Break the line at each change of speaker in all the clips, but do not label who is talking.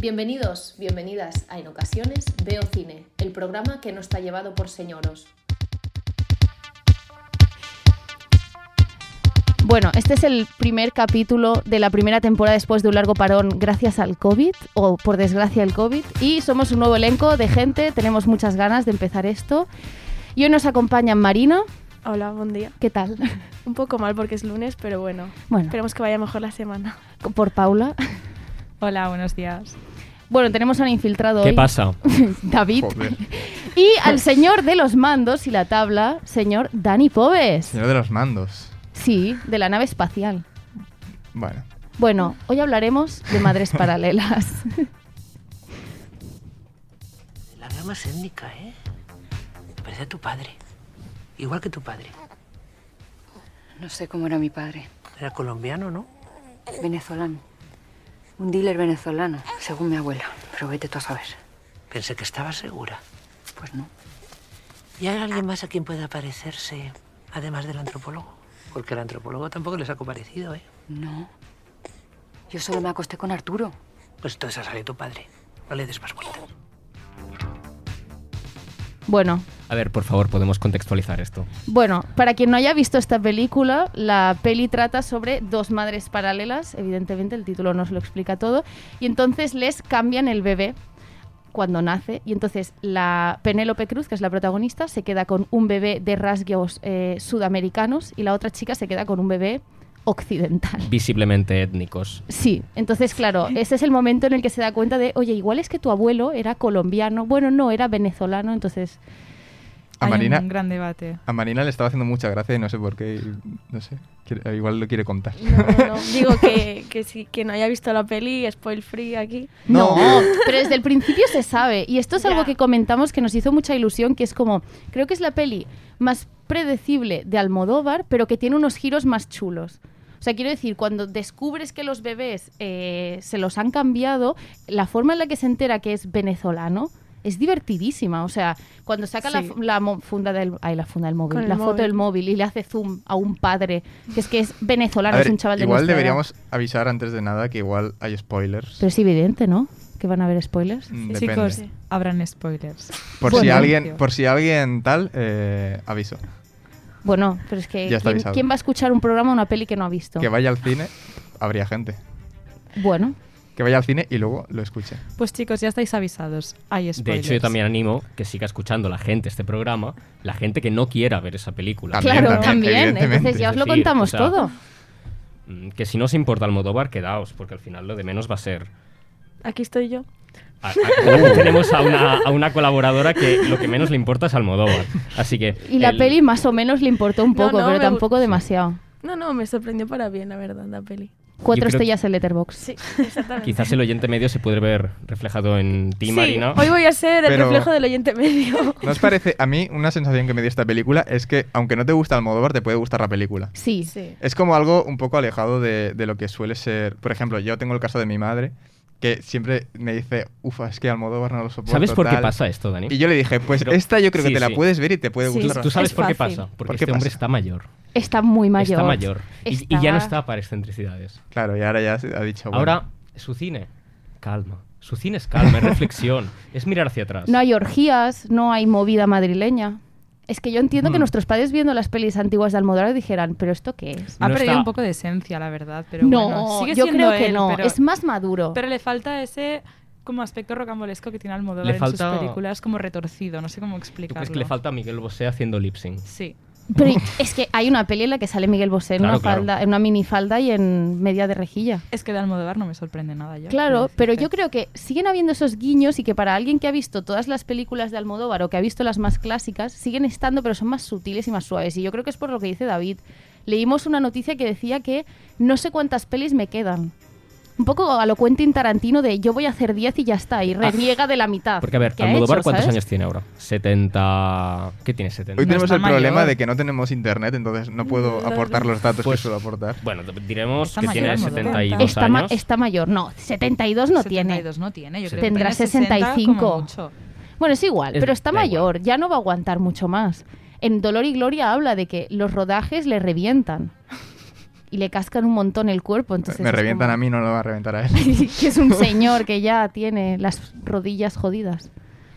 Bienvenidos, bienvenidas a En ocasiones Veo Cine, el programa que no está llevado por señoros.
Bueno, este es el primer capítulo de la primera temporada después de un largo parón gracias al COVID, o por desgracia el COVID, y somos un nuevo elenco de gente, tenemos muchas ganas de empezar esto. Y hoy nos acompañan Marina,
Hola, buen día.
¿qué tal?
Un poco mal porque es lunes, pero bueno.
Bueno,
Esperemos que vaya mejor la semana.
por Paula.
Hola, buenos días.
Bueno, tenemos a un infiltrado
¿Qué
hoy,
pasa?
David,
Joder.
y al señor de los mandos y la tabla, señor Dani Pobes.
Señor de los mandos.
Sí, de la nave espacial.
Bueno.
Bueno, hoy hablaremos de madres paralelas.
La veo más étnica, ¿eh? Te parece a tu padre. Igual que tu padre.
No sé cómo era mi padre.
Era colombiano, ¿no?
Venezolano. Un dealer venezolano, según mi abuela. Pero vete tú a saber.
Pensé que estaba segura.
Pues no.
¿Y hay alguien más a quien pueda parecerse, además del antropólogo? Porque el antropólogo tampoco le sacó parecido, ¿eh?
No. Yo solo me acosté con Arturo.
Pues entonces ha salido tu padre. No le des más vueltas.
Bueno,
A ver, por favor, podemos contextualizar esto.
Bueno, para quien no haya visto esta película, la peli trata sobre dos madres paralelas, evidentemente el título nos lo explica todo, y entonces les cambian el bebé cuando nace, y entonces la Penélope Cruz, que es la protagonista, se queda con un bebé de rasgos eh, sudamericanos y la otra chica se queda con un bebé occidental.
Visiblemente étnicos.
Sí, entonces claro, ese es el momento en el que se da cuenta de, oye, igual es que tu abuelo era colombiano, bueno, no, era venezolano, entonces...
A
Hay
Marina,
un gran debate.
a Marina le estaba haciendo mucha gracia y no sé por qué. y No sé. Quiere- eh, igual lo quiere contar.
Digo que, que si quien no haya visto la peli, spoil free aquí.
No,
No.
pero desde el principio se sabe. Y esto es algo
Ya.
que comentamos que nos hizo mucha ilusión, que es como, creo que es la peli más predecible de Almodóvar, pero que tiene unos giros más chulos. O sea, quiero decir, cuando descubres que los bebés eh, se los han cambiado, la forma en la que se entera que es venezolano es divertidísima. O sea, cuando saca la,
Sí.
fu- la mo- funda del, ay, la funda del móvil,
Con el
la foto
móvil.
del móvil y le hace zoom a un padre, que es que es venezolano,
A ver,
es un chaval de
igual
nuestra edad.
deberíamos avisar antes de nada que igual hay spoilers.
Pero es evidente, ¿no? Que van a haber spoilers.
Mm, depende.
Chicos, habrán spoilers.
por, si
bueno.
alguien, por si alguien tal, eh, aviso.
Bueno, pero es que
Ya está
¿quién,
avisado.
quién va a escuchar un programa o una peli que no ha visto?
Que vaya al cine, habría gente.
Bueno,
Que vaya al cine y luego lo escuche.
Pues chicos, ya estáis avisados. Hay
De
spoilers.
hecho, yo también animo que siga escuchando la gente este programa, la gente que no quiera ver esa película.
También,
claro,
también,
también.
evidentemente.
Entonces ya
Es
os lo
decir,
contamos
o sea,
todo.
Mm, Que si no os importa Almodóvar, quedaos, porque al final lo de menos va a ser...
Aquí estoy yo.
a- a- tenemos a una, a una colaboradora que lo que menos le importa es Almodóvar. Así que...
Y la
el-
peli más o menos le importó un
No,
poco,
no,
pero
me gu-
tampoco demasiado.
No, no, me sorprendió para bien, la verdad, la peli.
Cuatro
creo que-
estrellas en Letterboxd.
Sí, exactamente.
Quizás el oyente medio se puede ver reflejado en ti,
Sí,
Marina.
hoy voy a ser el
Pero-
reflejo del oyente medio.
¿No os parece? A mí, una sensación que me dio esta película es que, aunque no te gusta Almodóvar, te puede gustar la película.
Sí.
Sí.
Es como algo un poco alejado de, de lo que suele ser. Por ejemplo, yo tengo el caso de mi madre, que siempre me dice, ufa, es que Almodóvar no lo soporto.
¿Sabes por qué
tal".
pasa esto, Dani?
Y yo le dije, pues
Pero-
esta yo creo
sí,
que te
sí.
la puedes ver y te puede
Sí.
gustar.
¿Tú sabes
Es
por qué
fácil.
pasa? Porque
¿Por qué
este hombre
pasa?
está mayor.
Está muy mayor.
Está mayor. Y- Y, ya
Está-
no está para excentricidades.
Claro, y ahora ya se ha dicho. bueno,
Ahora, su cine, calma. Su cine es calma, es reflexión, es mirar hacia atrás.
No hay orgías, no hay movida madrileña. Es que yo entiendo que
Mm.
Hmm.
nuestros padres viendo las pelis antiguas de Almodóvar dijeran, ¿pero esto qué es?
No
Ha perdido
está-
un poco de esencia, la verdad. Ah, Pero
no,
bueno, sigue
yo
siendo
creo que
él,
no.
Pero,
Es más maduro.
pero le falta ese como aspecto rocambolesco que tiene Almodóvar
Le
en
falta-
sus películas, como retorcido. No sé cómo
¿Tú
explicarlo.
crees que le falta a Miguel Bosé haciendo lip sync?
Sí.
Pero es que hay una peli en la que sale Miguel Bosé en,
Claro,
una,
claro.
falda, en una minifalda y en media de rejilla.
Es que de Almodóvar no me sorprende nada ya.
Claro,
quiero
pero
decirte.
yo creo que siguen habiendo esos guiños y que para alguien que ha visto todas las películas de Almodóvar o que ha visto las más clásicas, siguen estando, pero son más sutiles y más suaves. Y yo creo que es por lo que dice David. Leímos una noticia que decía que no sé cuántas pelis me quedan. Un poco a lo Quentin Tarantino de yo voy a hacer 10 y ya está, y reniega de la mitad.
Ah, Porque a ver,
¿Qué ha
Almodóvar,
hecho,
¿cuántos
sabes?
años tiene ahora? 70... ¿Qué tiene 70?
Hoy tenemos
está
el problema
mayor.
de que no tenemos internet, entonces no puedo
No,
aportar
no.
los datos
Pues-
que suelo aportar.
Bueno, d- diremos
Está
que
mayor
tiene
Almodóvar.
72
Está, ma-
años.
está mayor, no, 72 no tiene.
72 no tiene. Yo creo que
Tendrá
tiene 60 como
65.
mucho.
Bueno, es igual,
Es-
pero está
da
mayor, ya no va a aguantar mucho más. En Dolor y Gloria habla de que los rodajes le revientan. y le cascan un montón el cuerpo. Entonces
Me
Pues es
revientan
como-
a mí, no lo va a reventar a él.
que es un señor que ya tiene las rodillas jodidas.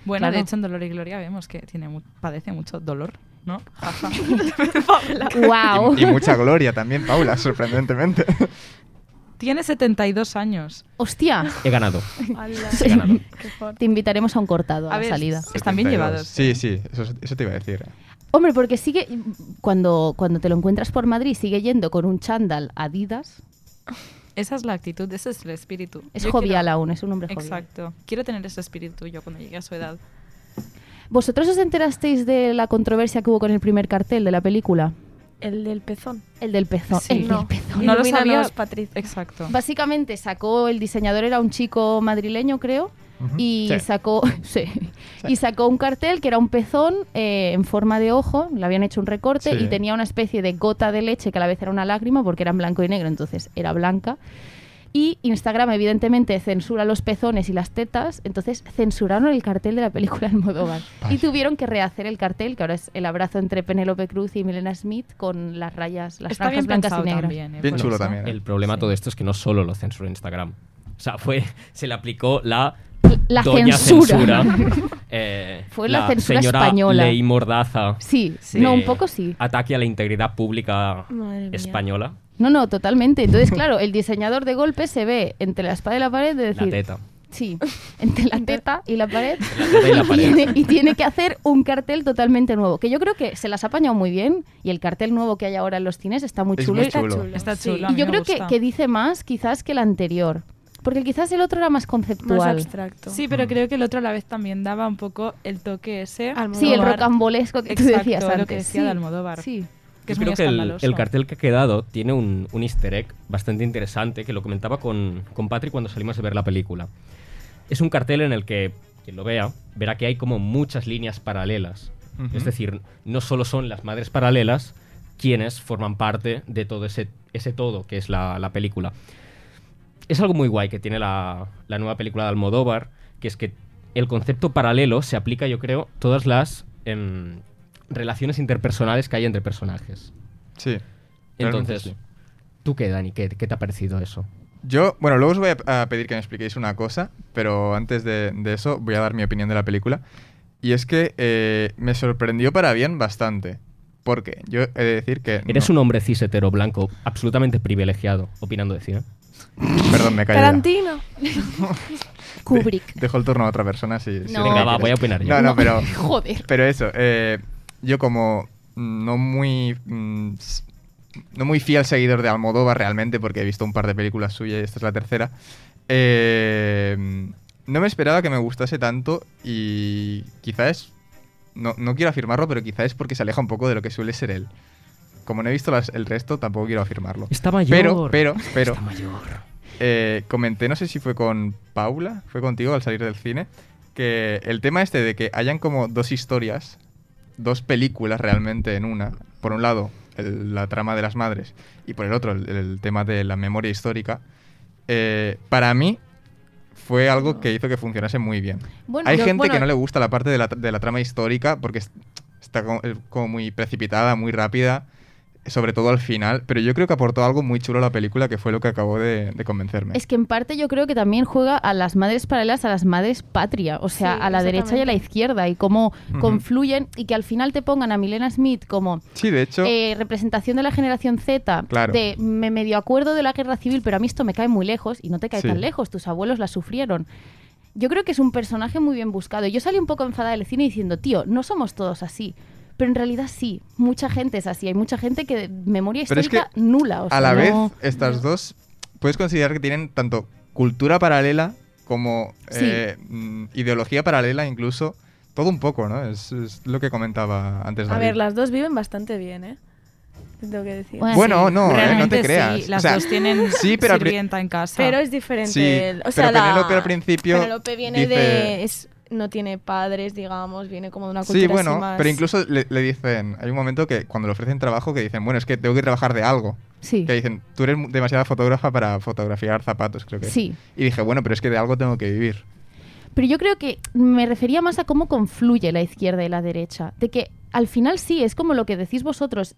Bueno, de
Claro.
hecho en Dolor y Gloria vemos que tiene mu- padece mucho dolor, ¿no? Jaja.
¡Wow!
Y, y mucha gloria también, Paula, sorprendentemente.
tiene 72 años.
¡Hostia!
He ganado.
Ala,
He ganado.
qué fuerte.
Te invitaremos a un cortado a,
A
la
ver,
salida.
Están bien
72.
llevados.
Sí, sí, eso, eso te iba a decir.
Hombre, porque sigue. Cuando, cuando te lo encuentras por Madrid, sigue yendo con un chándal Adidas.
Esa es la actitud, ese es el espíritu.
Es
Yo
jovial
quiero-
aún, es un hombre jovial.
Exacto. Quiero tener ese espíritu yo cuando llegue a su edad.
¿Vosotros os enterasteis de la controversia que hubo con el primer cartel de la película?
El del pezón.
El del pezón.
Sí.
el del
no.
pezón.
No lo
Ilumínanos,
sabía.
Patricia.
Exacto.
Básicamente sacó, el diseñador era un chico madrileño, creo, y
Sí.
sacó sí, y sacó un cartel que era un pezón eh, en forma de ojo, le habían hecho un recorte
Sí.
y tenía una especie de gota de leche que a la vez era una lágrima porque era en blanco y negro, entonces era blanca. Y Instagram evidentemente censura los pezones y las tetas, entonces censuraron el cartel de la película Almodóvar y tuvieron que rehacer el cartel, que ahora es el abrazo entre Penélope Cruz y Milena Smith con las rayas, las
Está
franjas
bien
blancas
pensado
y negras.
también. ¿eh?
Bien
Por
chulo
eso.
también. ¿eh?
El problema todo esto es que no solo lo censuró Instagram. O sea, fue, se le aplicó la
La
doña
censura.
censura. Eh,
Fue la censura
señora
española.
Ley Mordaza.
Sí,
de
no, un poco sí.
Ataque a la integridad pública
Madre mía.
española.
No, no, totalmente. Entonces, claro, el diseñador de golpe se ve entre la espada y la pared de decir...
La teta.
Sí, entre la teta y la pared.
La teta y la pared.
tiene, y tiene que hacer un cartel totalmente nuevo, que yo creo que se las ha apañado muy bien y el cartel nuevo que hay ahora en los cines está muy
Es
chulo.
muy
y-
chulo.
Está
Sí.
chulo. a
Y
mí
yo
me
creo que,
gusta.
que dice más quizás que el anterior, porque quizás el otro era más
Más
conceptual.
abstracto.
Sí, pero creo que el otro a la vez también daba un poco el toque ese.
Almodóvar.
sí, el rocambolesco que tú
Exacto,
decías
lo que
antes.
decía
sí,
de Almodóvar.
Sí.
que es
Yo creo
muy
que el,
escandaloso.
el cartel que ha quedado tiene un, un easter egg bastante interesante que lo comentaba con, con Patrick cuando salimos de ver la película. Es un cartel en el que quien lo vea verá que hay como muchas líneas paralelas.
Ujú.
Es decir, no solo son las madres paralelas quienes forman parte de todo ese, ese todo que es la, la película. Es algo muy guay que tiene la, la nueva película de Almodóvar, que es que el concepto paralelo se aplica, yo creo, todas las em, relaciones interpersonales que hay entre personajes.
Sí. Realmente
Entonces,
sí.
¿tú qué, Dani? ¿Qué, qué te ha parecido eso?
Yo, bueno, luego os voy a a pedir que me expliquéis una cosa, pero antes de, de eso voy a dar mi opinión de la película. Y es que eh, me sorprendió para bien bastante. Porque yo he de decir que.
Eres
no.
un hombre cis hetero blanco absolutamente privilegiado opinando de cine.
Perdón, me he caído.
Tarantino.
Kubrick.
De- dejo el turno a otra persona si. si
No.
lo que
Venga, va,
quieres.
voy a opinar yo.
No, no, pero.
Joder.
Pero eso, eh, yo como no muy. mm, s- no muy fiel seguidor de Almodóvar realmente, porque he visto un par de películas suyas y esta es la tercera. eh, no me esperaba que me gustase tanto y quizás. No, no quiero afirmarlo, pero quizás es porque se aleja un poco de lo que suele ser él. Como no he visto las- el resto, tampoco quiero afirmarlo.
Está mayor.
Pero, pero, pero.
Está mayor.
Eh, comenté, no sé si fue con Paula, fue contigo al salir del cine, que el tema este de que hayan como dos historias, dos películas realmente en una, por un lado el- la trama de las madres y por el otro el, el tema de la memoria histórica, eh, para mí fue algo que hizo que funcionase muy bien.
Bueno,
Hay
yo-
gente
bueno,
que no le gusta la parte de la, de la trama histórica porque es- está como, eh, como muy precipitada, muy rápida, sobre todo al final, pero yo creo que aportó algo muy chulo a la película que fue lo que acabó de, de convencerme.
Es que en parte yo creo que también juega a las madres paralelas, a las madres patria, o sea,
Sí,
a la derecha y a la
exactamente.
izquierda, y cómo
Ujú.
confluyen y que al final te pongan a Milena Smith como
Sí, de hecho,
eh, representación de la generación Z,
Claro.
de me medio acuerdo de la guerra civil, pero a mí esto me cae muy lejos y no te cae
Sí.
tan lejos, tus abuelos la sufrieron. Yo creo que es un personaje muy bien buscado. Yo salí un poco enfadada del cine diciendo, tío, no somos todos así. Pero en realidad sí, mucha gente es así. Hay mucha gente que de memoria
Pero es que
histórica nula. o sea,
a la
no-
vez, estas dos puedes considerar que tienen tanto cultura paralela como
Sí.
eh, mm, ideología paralela, incluso todo un poco, ¿no? Es, es lo que comentaba antes
A
David.
ver, las dos viven bastante bien, ¿eh? Te Tengo que decir.
Bueno,
Bueno, no, eh, no
Realmente
te creas.
Sí, las
O sea,
dos tienen
sí, pero al pri-
sirvienta en casa.
Pero es diferente.
Sí,
el- o sea,
pero
la-
Penélope al principio
Penélope viene
dice-
de. es- no tiene padres, digamos, viene como de una cultura
Sí, bueno,
así más-
pero incluso le, le dicen, hay un momento que cuando le ofrecen trabajo que dicen, bueno, es que tengo que trabajar de algo.
Sí,
Que dicen, tú eres mu- demasiada fotógrafa para fotografiar zapatos, creo que.
sí.
Y dije, bueno, pero es que de algo tengo que vivir.
Pero yo creo que me refería más a cómo confluye la izquierda y la derecha. De que al final sí, es como lo que decís vosotros.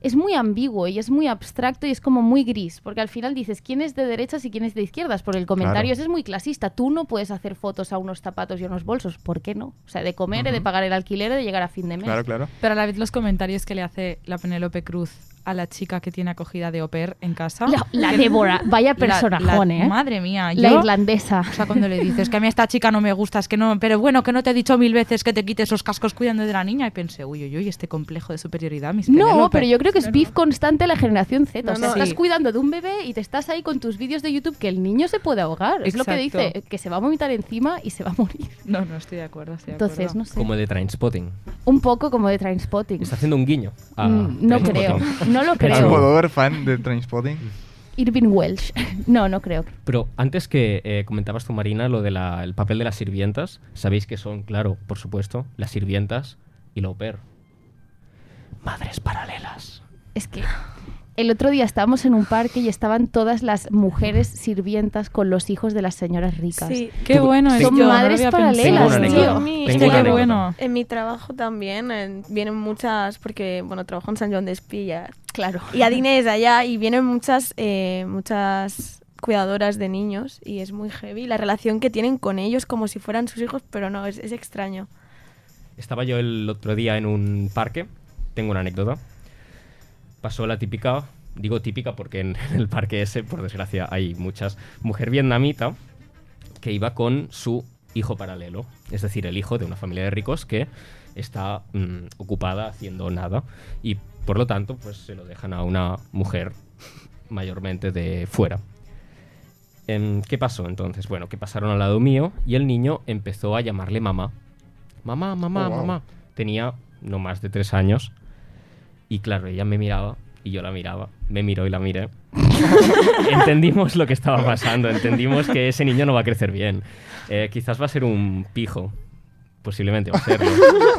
Es muy ambiguo y es muy abstracto y es como muy gris, porque al final dices quién es de derechas y quién es de izquierdas, por el comentario
Claro.
ese es muy clasista. Tú no puedes hacer fotos a unos zapatos y a unos bolsos, ¿por qué no? O sea, de comer, he de
Ujú.
pagar el alquiler, he de llegar a fin de mes.
Claro, claro.
Pero a la vez los comentarios que le hace la Penélope Cruz a la chica que tiene acogida de au pair en casa.
La, la Débora, vaya
La-
personajón,
la-
¿eh?
Madre mía.
La
yo-
irlandesa.
O sea, cuando le dices que a mí esta chica no me gusta, es que no, pero bueno, que no te he dicho mil veces que te quites esos cascos cuidando de la niña. Y pensé, uy, uy, uy, este complejo de superioridad, mis
No,
Penélope.
pero yo creo que es beef constante la generación Z. o
No,
sea,
no,
estás
sí.
cuidando de un bebé y te estás ahí con tus vídeos de YouTube que el niño se puede ahogar. Es lo que
Exacto.
dice, que se va a vomitar encima y se va a morir.
No, no, estoy de acuerdo. estoy de
Entonces,
acuerdo.
no sé.
Como de Trainspotting.
Un poco como de Trainspotting.
Está haciendo un guiño. a
Mm, no creo,
Trainspotting.
no lo
Pero-
creo.
Almodóvar, fan de Trainspotting.
Irving Welsh. No, no creo.
Pero antes que eh, comentabas tú, Marina, lo del papel de las sirvientas, sabéis que son, claro, por supuesto, las sirvientas y la au pair. Madres paralelas.
Es que el otro día estábamos en un parque y estaban todas las mujeres sirvientas con los hijos de las señoras ricas.
Sí.
Qué
Tú-
bueno,
Son
esto, no lo
madres
había
paralelas,
pensado.
Tengo una tío. anécdota, tengo
Es que
una
qué
anécdota.
bueno.
En mi trabajo también eh, vienen muchas, porque bueno, trabajo en San Joan de Espilla
Claro.
y a Dines allá y vienen muchas, eh, muchas cuidadoras de niños y es muy heavy la relación que tienen con ellos como si fueran sus hijos, pero no, es, es extraño.
Estaba yo el otro día en un parque, tengo una anécdota. Pasó la típica, digo típica porque en el parque ese, por desgracia, hay muchas, mujer vietnamita que iba con su hijo paralelo, es decir, el hijo de una familia de ricos que está mm, ocupada haciendo nada y por lo tanto pues se lo dejan a una mujer mayormente de fuera. Em, ¿Qué pasó entonces? Bueno, que pasaron al lado mío y el niño empezó a llamarle mamá. Mamá, mamá,
Oh, wow.
mamá. Tenía no más de tres años y claro, ella me miraba y yo la miraba. Me miró y la miré. entendimos lo que estaba pasando, entendimos que ese niño no va a crecer bien. Eh, quizás va a ser un pijo. Posiblemente va a serlo.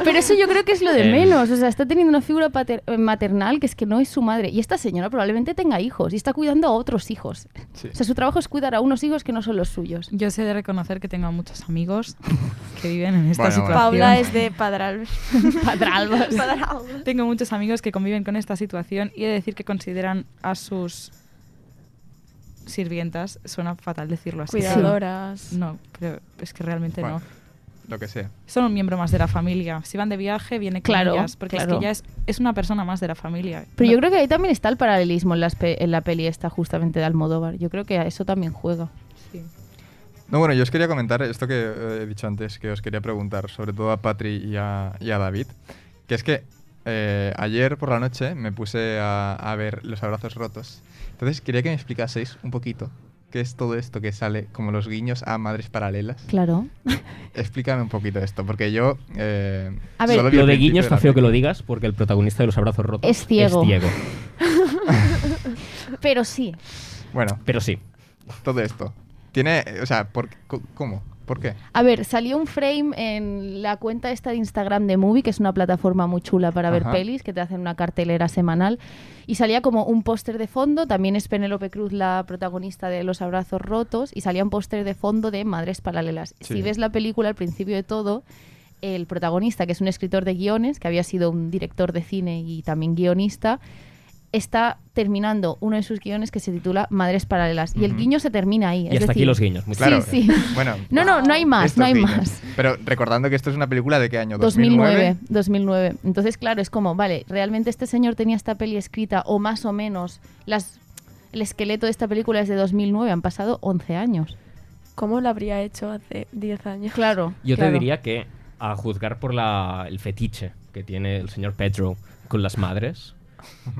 Pero eso yo creo que es lo de
Eh.
menos. O sea, está teniendo una figura pater- eh, maternal que es que no es su madre. Y esta señora probablemente tenga hijos y está cuidando a otros hijos.
Sí.
O sea, su trabajo es cuidar a unos hijos que no son los suyos.
Yo sé de reconocer que tengo a muchos amigos que viven en esta
Bueno, bueno.
situación.
Paula es de Padral.
Padralbas.
Padralbas.
Tengo muchos amigos que conviven con esta situación y he de decir que consideran a sus sirvientas, suena fatal decirlo así.
Cuidadoras.
No, pero es que realmente
Bueno,
no.
lo que sea.
Son un miembro más de la familia. Si van de viaje, viene con
Claro,
ellas, porque es
claro.
que ya es, es una persona más de la familia.
Pero yo creo que ahí también está el paralelismo en, las pe- en la peli esta justamente de Almodóvar. Yo creo que a eso también juega.
Sí.
No, bueno, yo os quería comentar esto que eh, he dicho antes, que os quería preguntar, sobre todo a Patri y a, y a David, que es que eh, ayer por la noche me puse a, a ver los abrazos rotos. Entonces quería que me explicaseis un poquito qué es todo esto que sale como los guiños a madres paralelas.
Claro.
Explícame un poquito esto, porque yo... eh,
A ver,
solo vi
Lo
el
de
principio
guiño está
la
feo que lo
película.
digas porque el protagonista de los abrazos rotos
Es ciego.
es ciego.
Pero sí.
Bueno,
Pero sí,
todo esto. Tiene... eh, O sea, ¿por, qué- co- ¿cómo? ¿Por qué?
A ver, salió un frame en la cuenta esta de Instagram de Movie, que es una plataforma muy chula para ver
Ajá.
pelis, que te hacen una cartelera semanal. Y salía como un póster de fondo, también es Penélope Cruz la protagonista de Los Abrazos Rotos, y salía un póster de fondo de Madres Paralelas.
Sí.
Si ves la película al principio de todo, el protagonista, que es un escritor de guiones, que había sido un director de cine y también guionista, está terminando uno de sus guiones que se titula Madres Paralelas. Y el
Ujú.
guiño se termina ahí.
y
es
hasta aquí
decir-
los guiños. muchas
Claro.
gracias.
Sí, sí.
Bueno...
No, no, no hay más,
estos
no hay
guiños.
más.
Pero recordando que esto es una película de qué año?
2009, 2009. Entonces, claro, es como, vale, realmente este señor tenía esta peli escrita o más o menos las el esqueleto de esta película es de 2009, han pasado 11 años.
¿Cómo lo habría hecho hace 10 años?
Claro.
Yo te diría que, a juzgar por la, el fetiche que tiene el señor Pedro con las madres,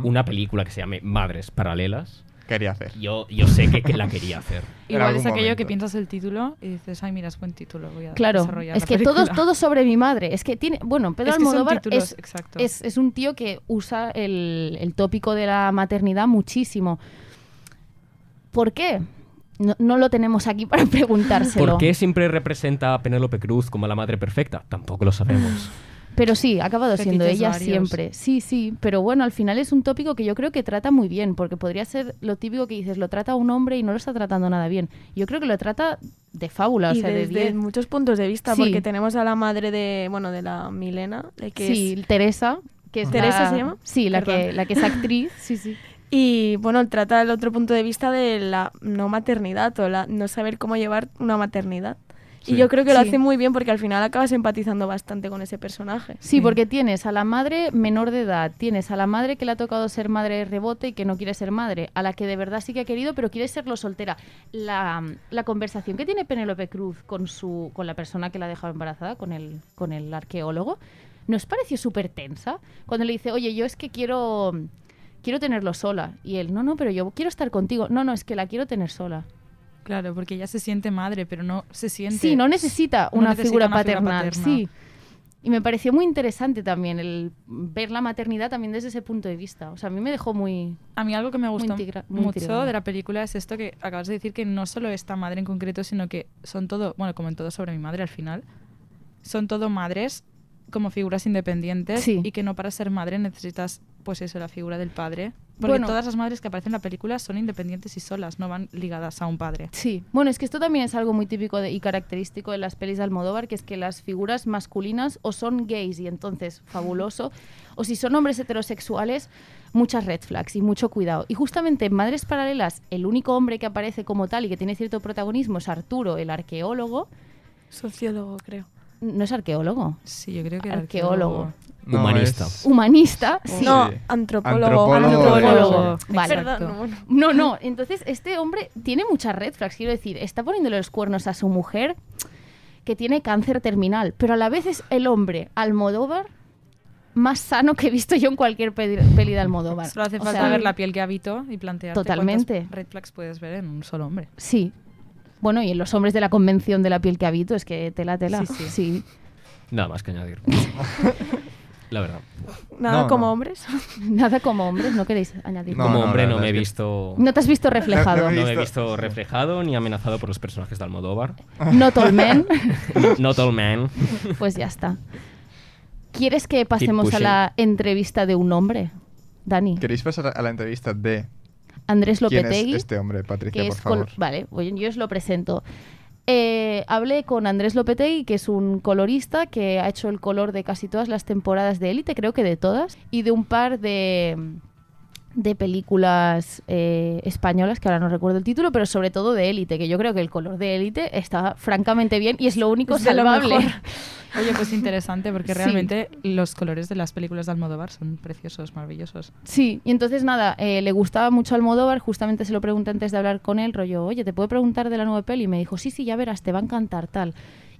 una película que se llame Madres Paralelas,
Quería hacer.
yo, yo sé que, que la quería hacer.
En
Igual
algún
es aquello que
momento.
piensas el título y dices, ay, mira, es buen título, voy a
Claro,
desarrollar
es
la
que
película".
todos todo sobre mi madre. Es que tiene, bueno, Pedro
Es que son
Almodóvar
títulos,
es,
exacto.
es, es un tío que usa el, el tópico de la maternidad muchísimo. ¿Por qué? No, no lo tenemos aquí para preguntárselo.
¿Por qué siempre representa a Penélope Cruz como la madre perfecta? Tampoco lo sabemos.
Pero sí, ha acabado siendo
Fetiches
ella
varios.
siempre. Sí, sí, pero bueno, al final es un tópico que yo creo que trata muy bien, porque podría ser lo típico que dices, lo trata un hombre y no lo está tratando nada bien. Yo creo que lo trata de fábula,
y
o sea, de
desde
bien.
muchos puntos de vista,
Sí.
porque tenemos a la madre de, bueno, de la Milena, de que
Sí,
es-
Teresa, que es
¿Teresa
la-
se llama?
Sí, la que,
Perdón.
la que es actriz, sí, sí.
y bueno, trata el otro punto de vista de la no maternidad o la no saber cómo llevar una maternidad.
Sí.
Y yo creo que lo
Sí.
hace muy bien porque al final acabas empatizando bastante con ese personaje.
Sí, porque tienes a la madre menor de edad, tienes a la madre que le ha tocado ser madre de rebote y que no quiere ser madre, a la que de verdad sí que ha querido, pero quiere serlo soltera. La, la conversación que tiene Penélope Cruz con su con la persona que la ha dejado embarazada, con el, con el arqueólogo, nos pareció súper tensa. Cuando le dice, oye, yo es que quiero, quiero tenerlo sola. Y él, no, no, pero yo quiero estar contigo. No, no, es que la quiero tener sola.
Claro, porque ella se siente madre, pero no se siente.
Sí, no necesita
no
una,
necesita
figura,
una figura
paternal,
paterna.
sí. Y me pareció muy interesante también el ver la maternidad también desde ese punto de vista. O sea, a mí me dejó muy...
A mí algo que me gustó
integra- muy
mucho
integrada.
de la película es esto que acabas de decir que no solo esta madre en concreto, sino que son todo, bueno, como en todo sobre mi madre al final, son todo madres como figuras independientes
Sí.
y que no para ser madre necesitas pues eso, la figura del padre. Porque
Bueno.
todas las madres que aparecen en la película son independientes y solas, no van ligadas a un padre.
Sí. Bueno, es que esto también es algo muy típico de- y característico de las pelis de Almodóvar, que es que las figuras masculinas o son gays y entonces fabuloso, o si son hombres heterosexuales, muchas red flags y mucho cuidado. Y justamente en Madres Paralelas, el único hombre que aparece como tal y que tiene cierto protagonismo es Arturo, el arqueólogo.
Sociólogo, creo.
No es arqueólogo,
Sí, yo creo que era
arqueólogo.
No,
Humanista.
es-
Humanista, sí.
No,
Oh, Sí.
antropólogo.
Antropólogo.
Antropólogo. Vale.
Perdón, bueno.
No, no. Entonces, este hombre tiene muchas red flags. Quiero decir, está poniéndole los cuernos a su mujer que tiene cáncer terminal, pero a la vez es el hombre Almodóvar más sano que he visto yo en cualquier peli, peli de Almodóvar.
Solo hace
O
falta
sea,
ver la piel que habito y plantearte
Totalmente.
cuántas red flags puedes ver en un solo hombre.
Sí. Bueno, y en los hombres de la convención de la piel que habito, es que tela, tela.
Sí, sí.
sí.
Nada más que añadir. la verdad.
Nada
No,
como
no.
hombres.
Nada como hombres, no queréis añadir.
No,
Como hombre
la
no
verdad
me he
es que-
visto...
No te has visto reflejado.
No,
no me he
visto-
visto reflejado ni amenazado por los personajes de Almodóvar.
Not all men.
Not all men.
Pues ya está. ¿Quieres que
pues
pasemos a la entrevista de un hombre? Dani,
¿Queréis pasar a la entrevista de
Andrés
quién es
Lopetegui,
este hombre, Patricia,
que
por
es col-
favor?
vale, voy- yo os lo presento. Eh, hablé con Andrés Lopetegui, que es un colorista que ha hecho el color de casi todas las temporadas de Élite, creo que de todas, y de un par de de películas eh, españolas, que ahora no recuerdo el título, pero sobre todo de Élite, que yo creo que el color de Élite está francamente bien y es Pues lo único
Es de lo
salvable.
mejor.
Oye, pues interesante, porque
Sí.
realmente los colores de las películas de Almodóvar son preciosos, maravillosos.
Sí, y entonces nada, eh, le gustaba mucho Almodóvar, justamente se lo pregunté antes de hablar con él, rollo, oye, ¿te puedo preguntar de la nueva peli? Y me dijo, sí, sí, ya verás, te va a encantar tal.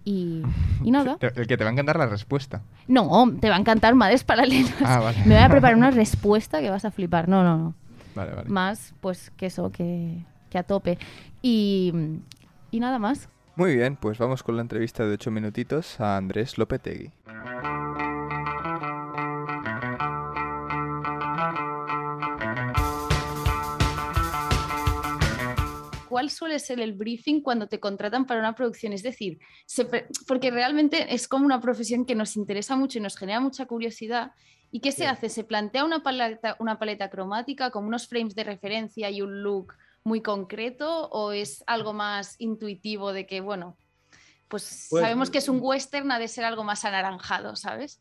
Y, y nada,
Te- El que te va a encantar la respuesta.
no, te va a encantar Madres Paralelas.
Ah, vale.
Me voy a preparar una respuesta que vas a flipar. No, no, no.
Vale, vale.
Más, pues, que eso, que, que a tope. Y, y nada más.
Muy bien, pues vamos con la entrevista de 8 minutitos a Andrés Lopetegui.
¿Cuál suele ser el briefing cuando te contratan para una producción? Es decir, se pre- porque realmente es como una profesión que nos interesa mucho y nos genera mucha curiosidad. ¿Y qué se hace? ¿Se plantea una paleta, una paleta cromática con unos frames de referencia y un look muy concreto? ¿O es algo más intuitivo de que, bueno, pues,
Pues-
sabemos que es un western, ha de ser algo más anaranjado, ¿sabes?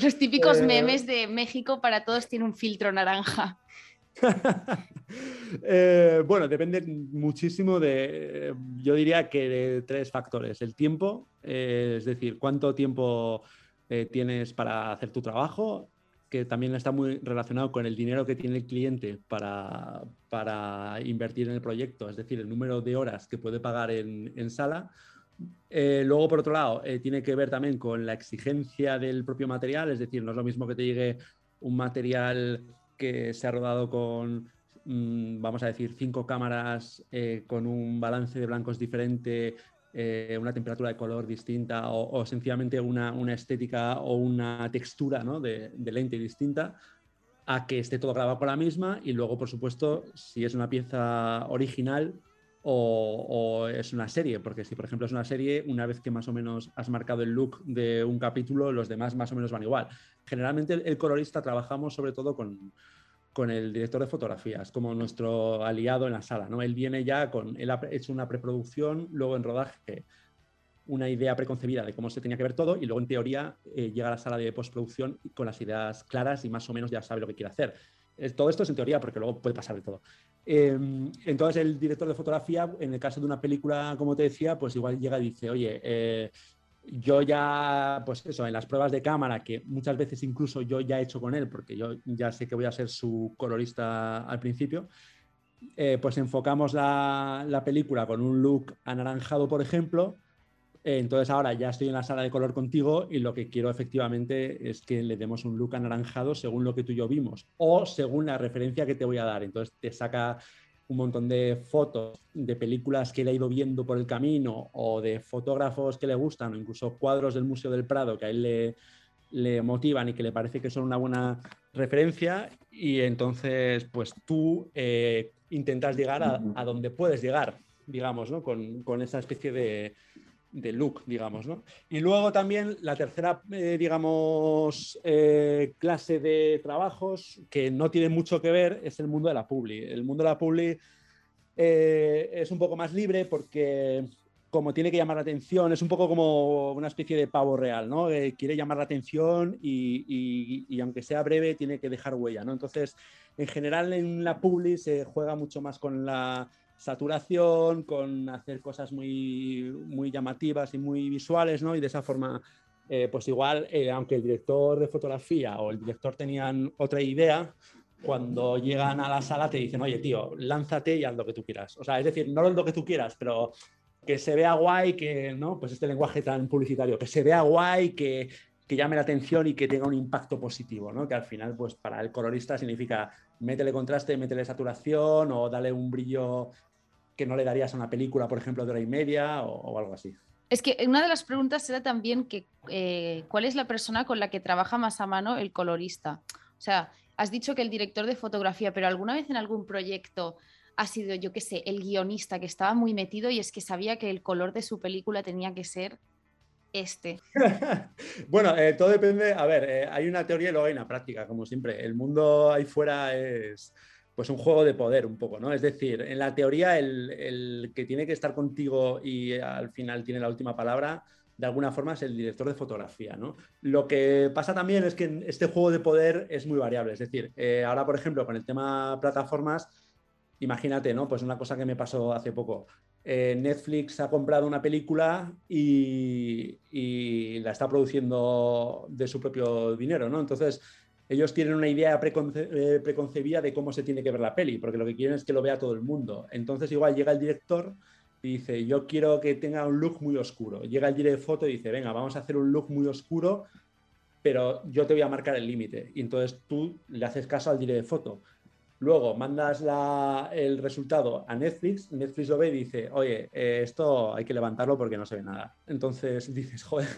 Los típicos
Eh,
memes de México para todos tiene un filtro naranja.
Eh, bueno, depende muchísimo de, yo diría que de tres factores. El tiempo, eh, es decir, cuánto tiempo eh, tienes para hacer tu trabajo, que también está muy relacionado con el dinero que tiene el cliente para, para invertir en el proyecto, es decir, el número de horas que puede pagar en, en sala. Eh, luego, por otro lado, eh, tiene que ver también con la exigencia del propio material, es decir, no es lo mismo que te llegue un material que se ha rodado con, mm, vamos a decir, cinco cámaras, eh, con un balance de blancos diferente, eh, una temperatura de color distinta o, o sencillamente una, una estética o una textura ¿no? de, de lente distinta, a que esté todo grabado con la misma y luego, por supuesto, si es una pieza original. O, o es una serie, porque si por ejemplo es una serie, una vez que más o menos has marcado el look de un capítulo, los demás más o menos van igual generalmente el, el colorista trabajamos sobre todo con, con el director de fotografías, como nuestro aliado en la sala, ¿no? Él viene ya con, él ha hecho una preproducción, luego en rodaje una idea preconcebida de cómo se tenía que ver todo y luego en teoría eh, llega a la sala de postproducción con las ideas claras y más o menos ya sabe lo que quiere hacer. Eh, Todo esto es en teoría porque luego puede pasar de todo. Eh, entonces el director de fotografía, en el caso de una película, como te decía, pues igual llega y dice, oye, eh, yo ya, pues eso, en las pruebas de cámara, que muchas veces incluso yo ya he hecho con él, porque yo ya sé que voy a ser su colorista al principio, eh, pues enfocamos la, la película con un look anaranjado, por ejemplo. Eh, Entonces ahora ya estoy en la sala de color contigo y lo que quiero efectivamente es que le demos un look anaranjado según lo que tú y yo vimos o según la referencia que te voy a dar. Entonces te saca un montón de fotos de películas que él ha ido viendo por el camino o de fotógrafos que le gustan o incluso cuadros del Museo del Prado que a él le, le motivan y que le parece que son una buena referencia y entonces pues tú eh, intentas llegar a, a donde puedes llegar, digamos, ¿no? Con, con esa especie de, de look, digamos, ¿no? Y luego también la tercera, eh, digamos, eh, clase de trabajos que no tiene mucho que ver es el mundo de la publi. El mundo de la publi eh, es un poco más libre porque como tiene que llamar la atención, es un poco como una especie de pavo real, ¿no? Eh, quiere llamar la atención y, y- y aunque sea breve, tiene que dejar huella, ¿no? Entonces, en general en la publi se juega mucho más con la saturación, con hacer cosas muy, muy llamativas y muy visuales, ¿no? Y de esa forma, eh, pues igual, eh, aunque el director de fotografía o el director tenían otra idea, cuando llegan a la sala te dicen, oye, tío, lánzate y haz lo que tú quieras. O sea, es decir, no lo que tú quieras, pero que se vea guay, que, ¿no? Pues este lenguaje tan publicitario, que se vea guay, que, que llame la atención y que tenga un impacto positivo, ¿no? Que al final, pues para el colorista significa métele contraste, métele saturación o dale un brillo que no le darías a una película, por ejemplo, de hora y media o, o algo así.
Es que una de las preguntas era también que eh, cuál es la persona con la que trabaja más a mano el colorista. O sea, has dicho que el director de fotografía, pero alguna vez en algún proyecto ha sido, yo qué sé, el guionista que estaba muy metido y es que sabía que el color de su película tenía que ser este.
Bueno, eh, todo depende. A ver, eh, hay una teoría y luego hay una práctica, como siempre. El mundo ahí fuera es pues un juego de poder un poco, ¿no? Es decir, en la teoría el, el que tiene que estar contigo y eh, al final tiene la última palabra, de alguna forma es el director de fotografía, ¿no? Lo que pasa también es que en este juego de poder es muy variable. Es decir, eh, ahora, por ejemplo, con el tema plataformas, imagínate, ¿no? Pues una cosa que me pasó hace poco. Eh, Netflix ha comprado una película y, y la está produciendo de su propio dinero, ¿no? Entonces, ellos tienen una idea preconce- eh, preconcebida de cómo se tiene que ver la peli, porque lo que quieren es que lo vea todo el mundo. Entonces, igual llega el director y dice, yo quiero que tenga un look muy oscuro. Llega el director de foto y dice, venga, vamos a hacer un look muy oscuro, pero yo te voy a marcar el límite. Y entonces tú le haces caso al director de foto. Luego mandas la- el resultado a Netflix, Netflix lo ve y dice, oye, eh, esto hay que levantarlo porque no se ve nada. Entonces dices, joder,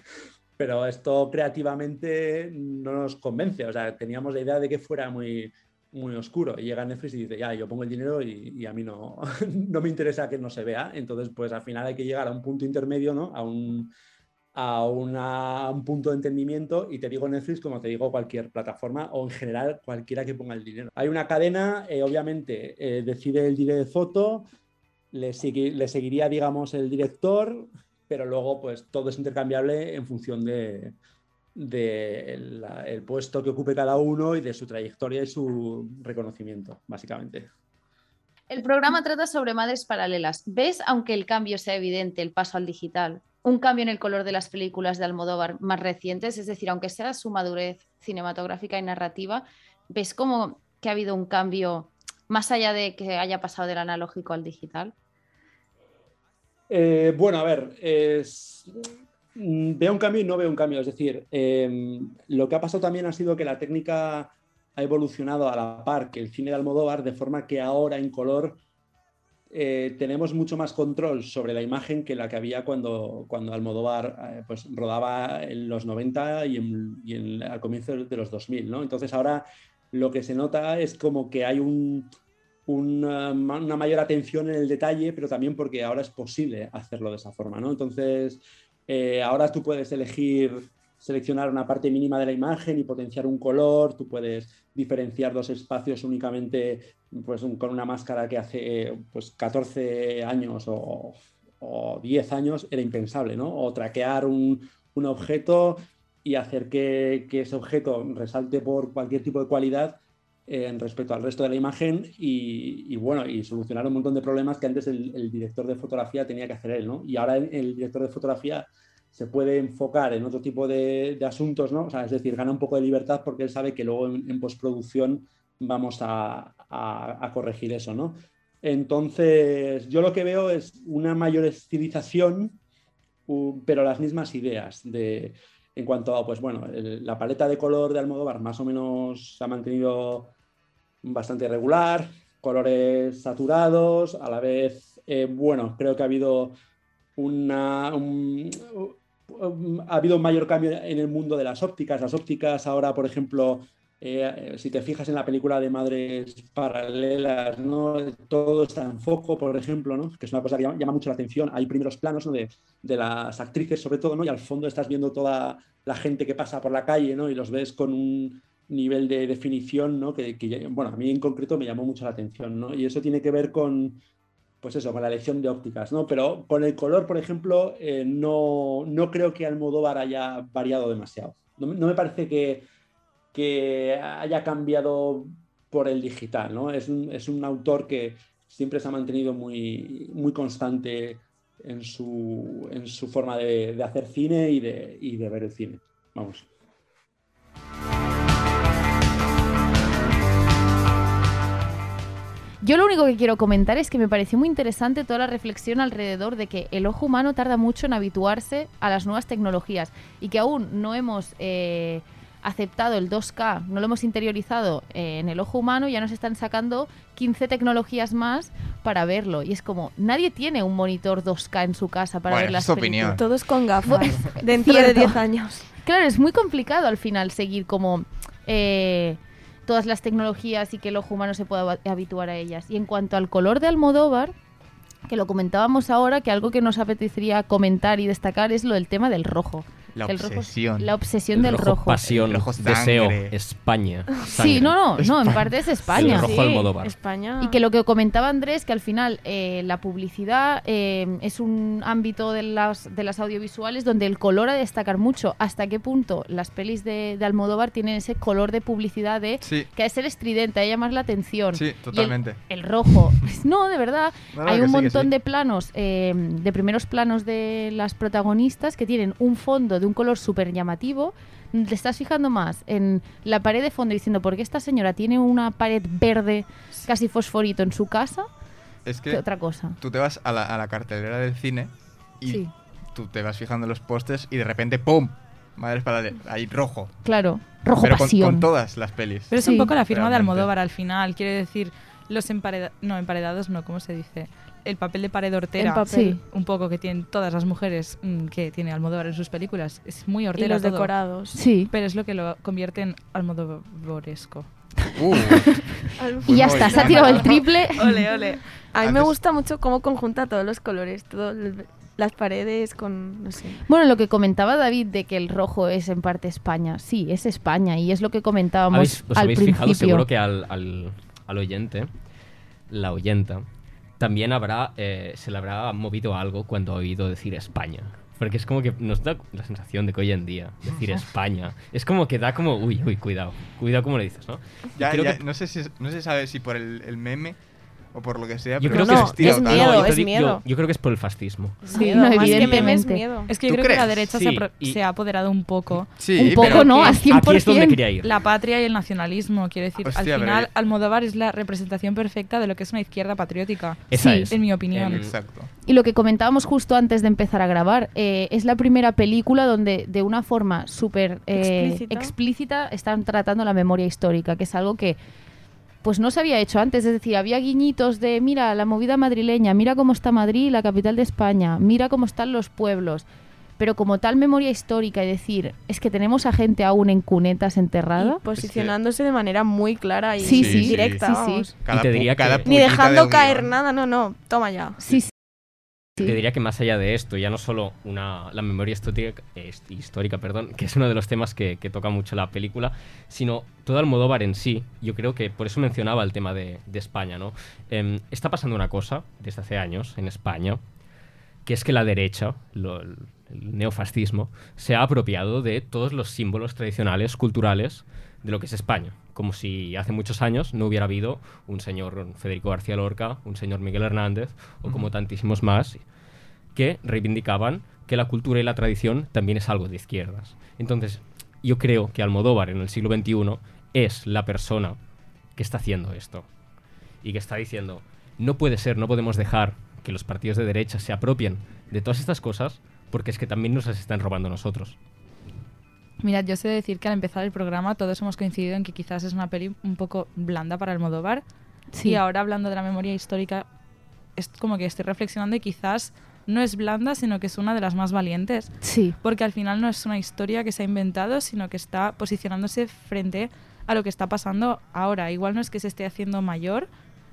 pero esto creativamente no nos convence. O sea, teníamos la idea de que fuera muy, muy oscuro. Y llega Netflix y dice, ya, yo pongo el dinero y, y a mí no, no me interesa que no se vea. Entonces, pues al final hay que llegar a un punto intermedio, ¿no? A un, a una- un punto de entendimiento y te digo Netflix como te digo cualquier plataforma o en general cualquiera que ponga el dinero. Hay una cadena, eh, obviamente eh, decide el director de foto, le, sigue- le seguiría digamos el director, pero luego pues todo es intercambiable en función de, de la- el puesto que ocupe cada uno y de su trayectoria y su reconocimiento, básicamente.
El programa trata sobre madres paralelas. ¿Ves, aunque el cambio sea evidente, el paso al digital? Un cambio en el color de las películas de Almodóvar más recientes, es decir, aunque sea su madurez cinematográfica y narrativa, ¿ves como que ha habido un cambio más allá de que haya pasado del analógico al digital?
Eh, bueno, a ver, es- mm, veo un cambio y no veo un cambio. Es decir, eh, lo que ha pasado también ha sido que la técnica ha evolucionado a la par que el cine de Almodóvar, de forma que ahora en color eh, tenemos mucho más control sobre la imagen que la que había cuando, cuando Almodóvar eh, pues, rodaba en los 90 y, en- y en- al comienzo de los 2000. ¿no? Entonces ahora lo que se nota es como que hay un una, ma- una mayor atención en el detalle, pero también porque ahora es posible hacerlo de esa forma, ¿no? Entonces, eh, ahora tú puedes elegir seleccionar una parte mínima de la imagen y potenciar un color, tú puedes diferenciar dos espacios únicamente pues, un- con una máscara que hace eh, pues, 14 años o, o 10 años era impensable, ¿no? O traquear un, un objeto y hacer que, que ese objeto resalte por cualquier tipo de cualidad eh, en respecto al resto de la imagen y, y, bueno, y solucionar un montón de problemas que antes el, el director de fotografía tenía que hacer él, ¿no? Y ahora el, el director de fotografía se puede enfocar en otro tipo de, de asuntos, ¿no? O sea, es decir, gana un poco de libertad porque él sabe que luego en, en postproducción vamos a, a- a corregir eso, ¿no? Entonces, yo lo que veo es una mayor estilización, u- pero las mismas ideas de, en cuanto a, pues bueno, el- la paleta de color de Almodóvar más o menos se ha mantenido bastante regular, colores saturados, a la vez, eh, bueno, creo que ha habido una, un- um, ha habido un mayor cambio en el mundo de las ópticas. Las ópticas ahora, por ejemplo, eh, si te fijas en la película de Madres Paralelas, ¿no? todo está en foco, por ejemplo, ¿no? que es una cosa que llama, llama mucho la atención. Hay primeros planos ¿no? de, de las actrices, sobre todo, ¿no? y al fondo estás viendo toda la gente que pasa por la calle ¿no? y los ves con un nivel de definición ¿no? que, que ya- bueno, a mí en concreto me llamó mucho la atención. ¿no? Y eso tiene que ver con, pues eso, con la elección de ópticas, ¿no? Pero con el color, por ejemplo, eh, no, no creo que Almodóvar haya variado demasiado. No, me- no me parece que, que haya cambiado por el digital, ¿no? Es un, es un autor que siempre se ha mantenido muy, muy constante en su, en su forma de, de hacer cine y de, y de ver el cine. Vamos.
Yo lo único que quiero comentar es que me pareció muy interesante toda la reflexión alrededor de que el ojo humano tarda mucho en habituarse a las nuevas tecnologías y que aún no hemos eh, aceptado el 2K, no lo hemos interiorizado eh, en el ojo humano, ya nos están sacando 15 tecnologías más para verlo. Y es como, nadie tiene un monitor 2K en su casa para
Bueno,
ver
es
las
su opinión.
Ah.
películas.
Todos con gafas, dentro de 10 años.
Claro, es muy complicado al final seguir como eh, todas las tecnologías y que el ojo humano se pueda hab- habituar a ellas. Y en cuanto al color de Almodóvar, que lo comentábamos ahora, que algo que nos apetecería comentar y destacar es lo del tema del rojo.
La
Que el rojo es-
obsesión.
la obsesión
El
del
rojo,
rojo.
pasión,
El rojo
deseo,
sangre.
España.
Sí,
sangre.
no, no, no, en parte es España.
El rojo Sí, Almodóvar.
España.
Y que lo que comentaba Andrés, que al final eh, la publicidad eh, es un ámbito de las, de las audiovisuales donde el color ha de destacar mucho. ¿Hasta qué punto las pelis de, de Almodóvar tienen ese color de publicidad de
Sí.
que ha de ser estridente, ha de llamar la atención?
Sí,
Y el-
totalmente.
El, rojo. pues No, de verdad.
No, no,
Hay
que
un
sí, que
montón
sí.
de planos, eh, de primeros planos de las protagonistas que tienen un fondo de un color súper llamativo. Te estás fijando más en la pared de fondo diciendo, ¿por qué esta señora tiene una pared verde casi fosforito en su casa?
Es
que
que
otra cosa.
tú te vas a la, a la cartelera del cine y
Sí.
tú te vas fijando en los postes y de repente ¡pum! Madres para ahí rojo.
Claro, rojo
Pero con-
pasión.
Con, todas las pelis.
Pero es un poco la
Realmente.
firma de Almodóvar al final. Quiere decir, los empareda no, emparedados no, ¿cómo se dice? El papel de pared hortera.
El papel. Sí.
Un poco que tienen todas las mujeres mm, que tiene Almodóvar en sus películas. Es muy hortera.
los
todo.
decorados.
Sí.
Pero es lo que lo convierte en Almodóvaresco.
Uh,
y
pues
ya está, se ha tirado el triple.
Ole, ole.
A mí me
Antes-
gusta mucho cómo conjunta todos los colores, todas las paredes con, no sé.
Bueno, lo que comentaba David de que el rojo es en parte España. Sí, es España y es lo que comentábamos
¿Habéis- ¿Os
al
habéis
principio.
fijado? Seguro que al, al- al oyente, la oyenta, también habrá, eh, se le habrá movido algo cuando ha oído decir España. Porque es como que nos da la sensación de que hoy en día decir España es como que da como, uy, uy, cuidado, cuidado como lo dices, ¿no? Y
Ya-
creo
ya-
que-
no, sé si, no se sabe si por el, el meme o por lo que sea,
yo
pero
creo que
se estira tanto.
no, yo te di- yo- yo creo que es por el fascismo.
Miedo,
no,
más que
evidentemente.
memes, miedo.
Es que
¿Tú
yo creo que la
crees?
derecha
Sí,
se, apro-
y-
se ha apoderado un poco.
Sí,
Un poco,
pero-
¿no? Al
Aquí es- aquí es donde
100%.
quería ir.
La patria y el nacionalismo, quiero decir,
Hostia, pero
al final
yo-
Almodóvar es la representación perfecta de lo que es una izquierda patriótica.
Esa
Sí,
es.
en mi opinión.
Em,
Exacto.
Y lo que comentábamos justo antes de empezar a grabar, eh, es la primera película donde de una forma súper eh,
Explícita.
explícita están tratando la memoria histórica, que es algo que pues no se había hecho antes. Es decir, había guiñitos de, mira, la movida madrileña, mira cómo está Madrid, la capital de España, mira cómo están los pueblos. Pero como tal memoria histórica y decir, es que tenemos a gente aún en cunetas enterrada.
Y posicionándose de manera muy clara y
Sí, sí.
directa,
Sí, sí.
vamos.
Y te diría que-
Ni
pullita de
dejando
un
caer
guión.
nada, no, no, toma ya.
Sí, Sí.
Te diría que más allá de esto, ya no solo una, la memoria histórica, eh, histórica, perdón, que es uno de los temas que, que toca mucho la película, sino todo Almodóvar en sí. Yo creo que por eso mencionaba el tema de, de España, ¿no? Em, está pasando una cosa desde hace años en España, que es que la derecha, lo- el el neofascismo, se ha apropiado de todos los símbolos tradicionales, culturales, de lo que es España. Como si hace muchos años no hubiera habido un señor Federico García Lorca, un señor Miguel Hernández, o como
Ujú.
tantísimos más, que reivindicaban que la cultura y la tradición también es algo de izquierdas. Entonces, yo creo que Almodóvar en el siglo XXI es la persona que está haciendo esto y que está diciendo, no puede ser, no podemos dejar que los partidos de derecha se apropien de todas estas cosas porque es que también nos las están robando a nosotros.
Mirad, yo sé decir que al empezar el programa todos hemos coincidido en que quizás es una peli un poco blanda para Almodóvar.
Sí.
Y ahora hablando de la memoria histórica, es como que estoy reflexionando y quizás no es blanda, sino que es una de las más valientes.
Sí.
Porque al final no es una historia que se ha inventado, sino que está posicionándose frente a lo que está pasando ahora. Igual no es que se esté haciendo mayor,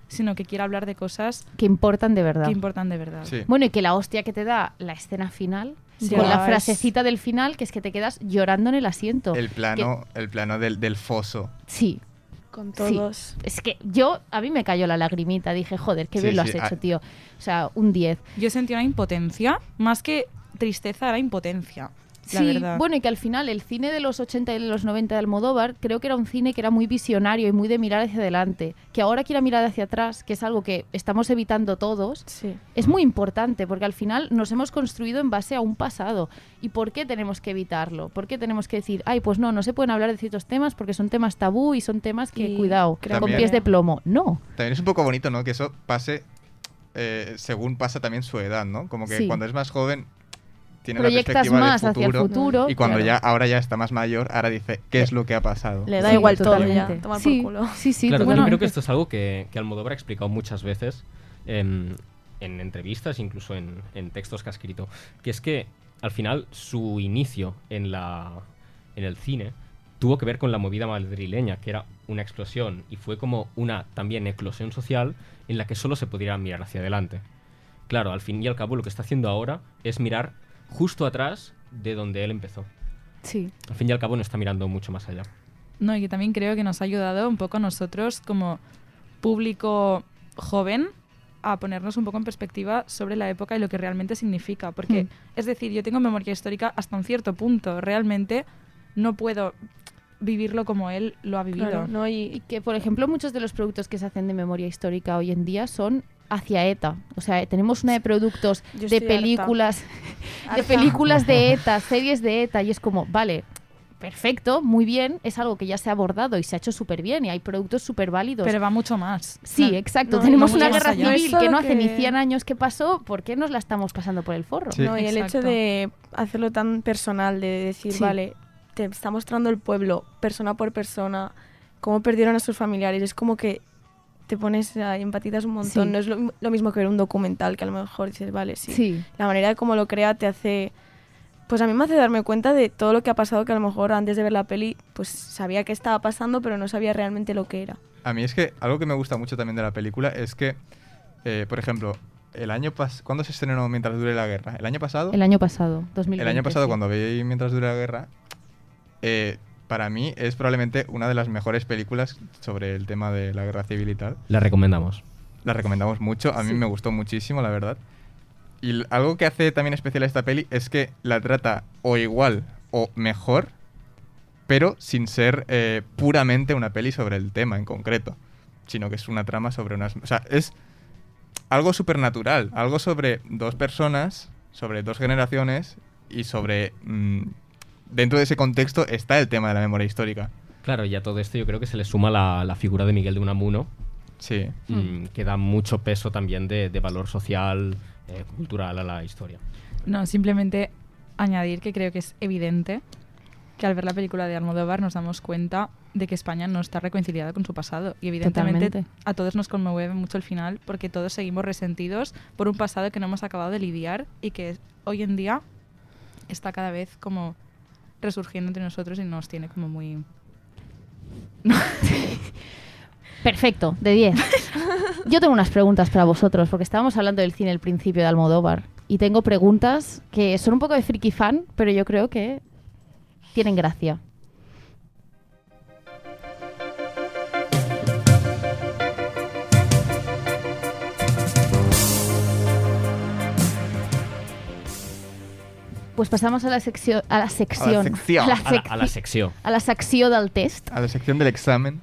sino que quiera hablar de cosas
Que importan de verdad.
que importan de verdad.
Bueno, y que la hostia que te da la escena final,
Sí.
con
Ya,
la
es-
frasecita del final, que es que te quedas llorando en el asiento.
El plano, el plano del, del foso.
Que- sí.
Con
sí.
todos.
Es que yo, a mí me cayó la lagrimita. Dije, joder, qué
Sí,
bien lo has
sí,
hecho,
ah.
tío. O sea, un 10.
Yo sentí una impotencia, más que tristeza, era impotencia. la
Sí,
verdad.
bueno, y que al final el cine de los 80 y de los 90 de Almodóvar creo que era un cine que era muy visionario y muy de mirar hacia adelante. Que ahora quiera mirar hacia atrás, que es algo que estamos evitando todos, es muy importante porque al final nos hemos construido en base a un pasado. ¿Y por qué tenemos que evitarlo? ¿Por qué tenemos que decir, ay, pues no, no se pueden hablar de ciertos temas porque son temas tabú y son temas que, cuidado,
creo
con
que-
pies de plomo? No.
También es un poco bonito, ¿no? Que eso pase eh, según pasa también su edad, ¿no? Como que
Sí.
cuando es más joven tiene
Proyectas
la perspectiva
más
del
hacia el
futuro,
futuro,
y cuando
claro.
ya ahora ya está más mayor, ahora dice qué es lo que ha pasado.
Le da igual todo ya.
totalmente.
Tomar
Sí,
por culo.
sí, sí.
claro,
totalmente.
yo creo que esto es algo que, que Almodóvar ha explicado muchas veces em, en entrevistas, incluso en, en textos que ha escrito, que es que al final su inicio en, la, en el cine tuvo que ver con la movida madrileña, que era una explosión y fue como una también eclosión social en la que solo se pudiera mirar hacia adelante. Claro, al fin y al cabo lo que está haciendo ahora es mirar justo atrás de donde él empezó.
Sí.
Al fin y al cabo no está mirando mucho más allá.
No, y que también creo que nos ha ayudado un poco a nosotros como público joven a ponernos un poco en perspectiva sobre la época y lo que realmente significa. Porque,
Mm.
es decir, yo tengo memoria histórica hasta un cierto punto. Realmente no puedo vivirlo como él lo ha vivido.
y... que, por ejemplo, muchos de los productos que se hacen de memoria histórica hoy en día son hacia ETA. O sea, tenemos una de productos
Yo
de
estoy harta.
películas, de
Harta.
películas de ETA, series de ETA, y es como, vale, perfecto, muy bien, es algo que ya se ha abordado y se ha hecho súper bien y hay productos súper válidos.
Pero va mucho más.
Sí,
Claro.
exacto.
No,
Tenemos
no
una
mucho
guerra
más allá.
civil
No es
que
solo
no hace ni
que-
100 años que pasó. ¿Por qué nos la estamos pasando por el forro?
No, y el hecho de hacerlo tan personal, de decir,
Sí.
vale, te está mostrando el pueblo, persona por persona, cómo perdieron a sus familiares, es como que te pones a empatizas un montón.
Sí.
No es lo, lo mismo que ver un documental, que a lo mejor dices, vale, sí.
Sí.
La manera de cómo lo crea te hace. Pues a mí me hace darme cuenta de todo lo que ha pasado, que a lo mejor antes de ver la peli, pues sabía que estaba pasando, pero no sabía realmente lo que era.
A mí es que algo que me gusta mucho también de la película es que, eh, por ejemplo, el año pas ¿cuándo se estrenó Mientras dure la guerra? ¿El año pasado?
El año pasado, 2020.
El año pasado,
sí.
cuando vi Mientras dure la guerra, eh, para mí es probablemente una de las mejores películas sobre el tema de la guerra civil y tal.
La recomendamos.
La recomendamos mucho, a mí
Sí.
me gustó muchísimo, la verdad. Y l- algo que hace también especial a esta peli es que la trata o igual o mejor, pero sin ser eh, puramente una peli sobre el tema en concreto, sino que es una trama sobre unas... O sea, es algo supernatural, algo sobre dos personas, sobre dos generaciones y sobre... mm, dentro de ese contexto está el tema de la memoria histórica.
Claro, y a todo esto yo creo que se le suma la, la figura de Miguel de Unamuno. mm,
Sí.
Hmm.
que da mucho peso también de, de valor social, eh, cultural a la historia.
No, simplemente añadir que creo que es evidente que al ver la película de Almodóvar nos damos cuenta de que España no está reconciliada con su pasado. Y evidentemente
Totalmente.
a todos nos conmueve mucho el final porque todos seguimos resentidos por un pasado que no hemos acabado de lidiar y que hoy en día está cada vez como resurgiendo entre nosotros y nos tiene como muy...
Perfecto, de 10. Yo tengo unas preguntas para vosotros, porque estábamos hablando del cine al principio de Almodóvar. y tengo preguntas que son un poco de friki fan, pero yo creo que tienen gracia. Pues pasamos a la sección a la sección
sección.
a la,
A la- a la
secci-
secció.
a la secció del test.
A la sección del examen.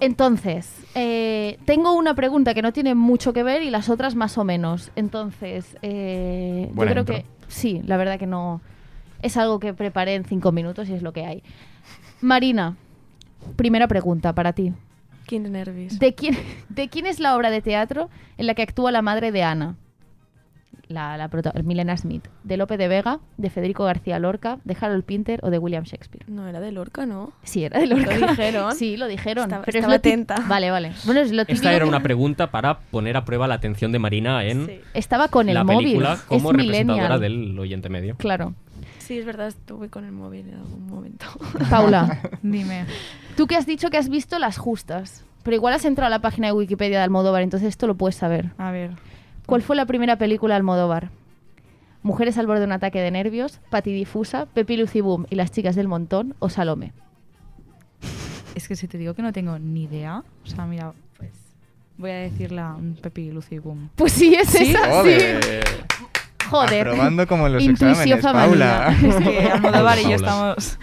Entonces, eh, tengo una pregunta que no tiene mucho que ver y las otras más o menos. Entonces, eh, yo
Buena
creo
intro.
que sí, la verdad que no. Es algo que preparé en cinco minutos y es lo que hay. Marina, primera pregunta para ti.
Qué nervios.
¿De quién, ¿De quién es la obra de teatro en la que actúa la madre de Ana? La, la prota- Milena Smith. ¿De Lope de Vega? ¿De Federico García Lorca? ¿De Harold Pinter o de William Shakespeare?
No, era de Lorca, ¿no?
Sí, era de Lorca.
Lo dijeron.
Sí, lo dijeron.
Estaba-
pero es
estaba
lo ti-
atenta.
Vale, vale. Bueno, es lo típico
Esta era
que-
una pregunta para poner a prueba la atención de Marina en
Estaba con el
la
móvil.
película como
es
representadora
millennial.
del oyente medio.
Claro.
Sí, es verdad, estuve con el móvil en algún momento.
Paula,
Dime.
tú que has dicho que has visto las justas, pero igual has entrado a la página de Wikipedia de Almodóvar, entonces esto lo puedes saber.
A ver.
¿Cuál fue la primera película de Almodóvar? Mujeres al borde de un ataque de nervios, Patidifusa, Pepi Lucy Boom y las chicas del montón o Salome.
Es que si te digo que no tengo ni idea, o sea, mira, pues voy a decirla mm, Pepi, Lucy, boom.
Pues sí, es esa,
Joder.
sí. Joder.
Aprobando como en los
Intuición
exámenes,
femenina.
Paula.
Es que Almodóvar y yo
Paula.
estamos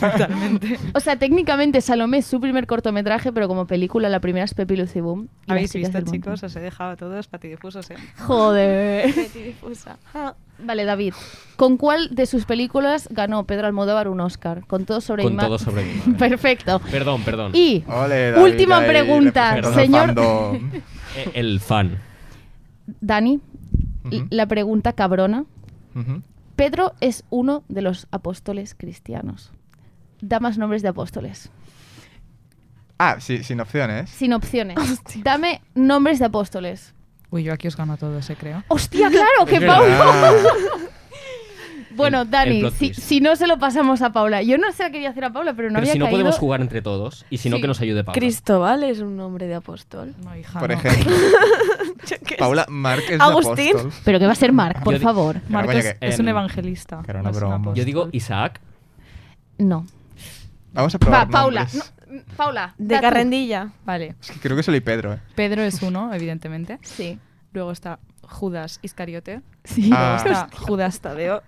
totalmente.
O sea, técnicamente Salome es su primer cortometraje, pero como película la primera es Pepi Lucy Boom. y las
¿Habéis
chicas
visto,
del montón.
chicos? Os he dejado todos patidifusos, ¿eh?
Joder.
difusa.
Vale, David. ¿Con cuál de sus películas ganó Pedro Almodóvar un Oscar? Con todo sobre
Con
Ima-
todo sobre mi madre.
Perfecto.
Perdón, perdón.
Y
Ole, David,
última
ahí,
pregunta,
representando
señor
al fandom.
Eh, El fan.
Dani,
Ujú.
la pregunta cabrona.
Ujú.
Pedro es uno de los apóstoles cristianos. Da más nombres de apóstoles.
Ah, sí, sin opciones.
Sin opciones. Dame nombres de apóstoles.
Uy, yo aquí os gano a todos, ¿eh? Creo.
Hostia, claro, que
Es verdad.
Paula.
Ah,
Bueno,
El-
Dani,
el plot
si,
twist.
si no se lo pasamos a Paula. Yo no sé la quería hacer a Paula, pero no
Pero
había
si no
caído-
podemos jugar entre todos y si no
Sí.
que nos ayude Pablo.
Cristóbal es un nombre de apóstol.
No,
Ah,
hija.
Por
no.
ejemplo,
Yo qué sé.
Paula Marc es un
Agustín.
apóstol.
Pero que va a ser Mark, por
Yo di-
favor.
Marcos
coño, que-
es un
en-
evangelista.
que era una
no es un
broma.
apóstol.
Yo digo Isaac.
No.
Vamos a
Va,
probar
Paula.
nombres.
no, mm, Paula.
De
da tú.
Carrendilla.
Vale.
Es que creo que solo hay Pedro, eh.
Pedro es uno, evidentemente.
Sí.
Luego está Judas Iscariote.
Sí.
Ah.
Luego está Judas Tadeo.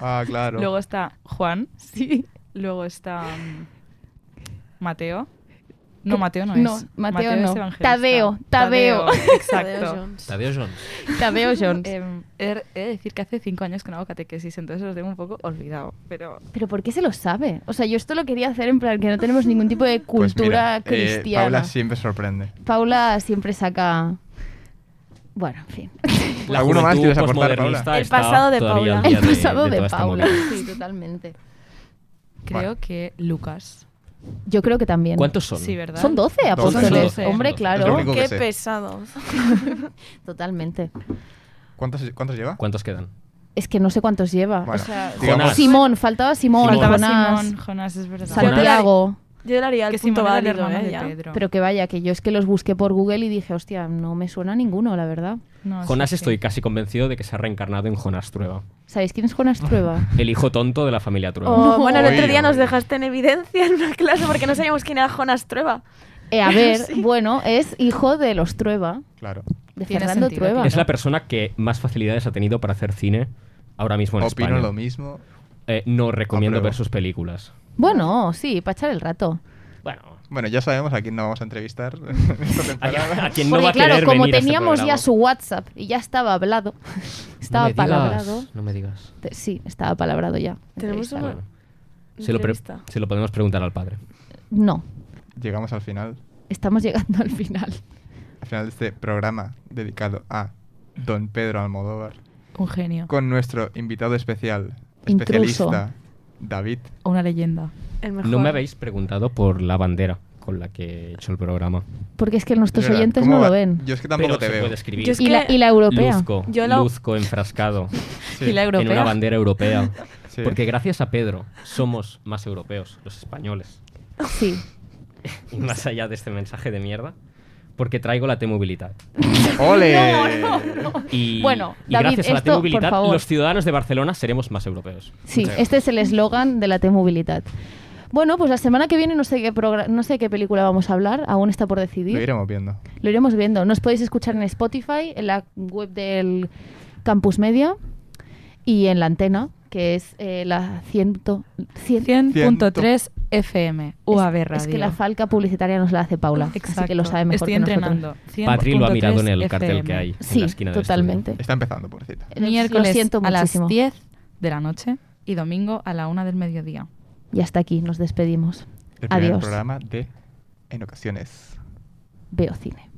Ah, claro.
Luego está Juan.
Sí.
Luego está mm, Mateo. No,
¿Qué?
Mateo no es.
No, Mateo
es
no.
evangelista.
Tadeo, Tadeo.
Tadeo
Exacto.
Jones.
Tadeo Jones.
Tadeo Jones.
Em, he, de- he de decir que hace cinco años que no hago catequesis, entonces los tengo un poco olvidado. Pero
Pero ¿por qué se lo sabe? O sea, yo esto lo quería hacer en plan que no tenemos ningún tipo de
Pues
cultura
mira, eh,
cristiana.
Paula siempre sorprende.
Paula siempre saca... Bueno, en fin.
La
¿Alguno más
juventud
quieres aportar,
posmodernista
Paula?
El
está
pasado de
todavía
Paula.
al día
El pasado de,
toda esta
Paula.
movida.
Sí, totalmente.
creo
Vale.
que Lucas.
Yo creo que también.
¿Cuántos son?
Sí, ¿verdad?
Son 12 apóstoles.
Son 12.
Hombre,
Es lo
claro.
único que
Qué
sé.
pesados.
Totalmente.
¿Cuántos, cuántos lleva?
¿Cuántos quedan?
Es que no sé cuántos lleva.
Bueno,
o sea,
digamos-
Simón, faltaba Simón,
Simón.
Faltaba
Jonás,
Simón, Jonás, es verdad.
Santiago.
Yo le haría el
Que
punto
Simón era el
válido,
hermano
¿eh?
de
ya.
Pedro.
Pero que vaya, que yo es que los busqué por Google y dije, hostia, no me suena ninguno, la verdad.
No, sí,
Jonás
sí.
estoy casi convencido de que se ha reencarnado en Jonás Trueba.
¿Sabéis quién es Jonás Trueba?
El hijo tonto de la familia Trueba.
Oh, Bueno, el
Uy,
otro día nos
uy.
dejaste en evidencia en una clase porque no sabíamos quién era Jonas Trueba.
Eh, a ver,
Sí.
bueno, es hijo de los Trueba,
Claro.
de
Tiene
Fernando
sentido,
Trueba.
tiene
Es la persona que más facilidades ha tenido para hacer cine ahora mismo en
Opino
España.
lo mismo.
Eh, no recomiendo
Apruebo.
ver sus películas.
Bueno, sí, para echar el rato.
Bueno,
Bueno, ya sabemos a quién no vamos a entrevistar en esta temporada.
a, a quien no
Porque
va a
claro,
querer
como
venir a este
teníamos ya
programa.
su WhatsApp y ya estaba hablado, estaba
no me
palabrado.
Digas, no me digas.
Te- Sí, estaba palabrado ya.
Tenemos
Entrevistar.
Bueno, se lo, pre-
Entrevista.
se lo podemos preguntar al padre.
No,
Llegamos al final.
estamos llegando al final.
Al final de este programa dedicado a Don Pedro Almodóvar.
Un genio.
Con nuestro invitado especial,
Intruso.
especialista, David.
Una leyenda.
El mejor.
No me habéis preguntado por la bandera con la que he hecho el programa.
Porque es que nuestros
Es verdad,
oyentes
¿cómo
no
va?
lo ven.
Yo es que tampoco
Pero
te
se
veo.
puede escribir.
Yo es
y,
que-
la, y la europea.
Luzco,
Yo la-
luzco enfrascado
Sí,
Y la
en una
europea.
bandera europea.
sí.
Porque gracias a Pedro somos más europeos, los españoles.
Sí.
Y más allá de este mensaje de mierda, porque traigo la T-Movilidad.
¡Ole!
Y,
Bueno,
y
David,
gracias a la
esto, por
T-Movilidad,
favor.
los ciudadanos de Barcelona seremos más europeos.
Sí,
Muchas
este es el eslogan de la T-Movilidad. Bueno, pues la semana que viene no sé, qué progra- no sé qué película vamos a hablar, aún está por decidir.
Lo iremos viendo.
Lo iremos viendo. Nos podéis escuchar en Spotify, en la web del Campus Media y en la antena, que es eh, la 100 100
100.3 FM, UAB Radio.
Es que la falca publicitaria nos la hace Paula, así que lo sabe mejor
Estoy
que nosotros.
entrenando.
Patri lo ha mirado en el
100.3
cartel
FM.
que hay en
Sí,
la esquina del
totalmente.
estudio.
Está empezando, pobrecita.
Lo
Miércoles
siento
a las
muchísimo.
10 de la noche y domingo a la 1 del mediodía.
Y hasta aquí nos despedimos.
El primer
Adiós.
programa de En Ocasiones.
Veo cine.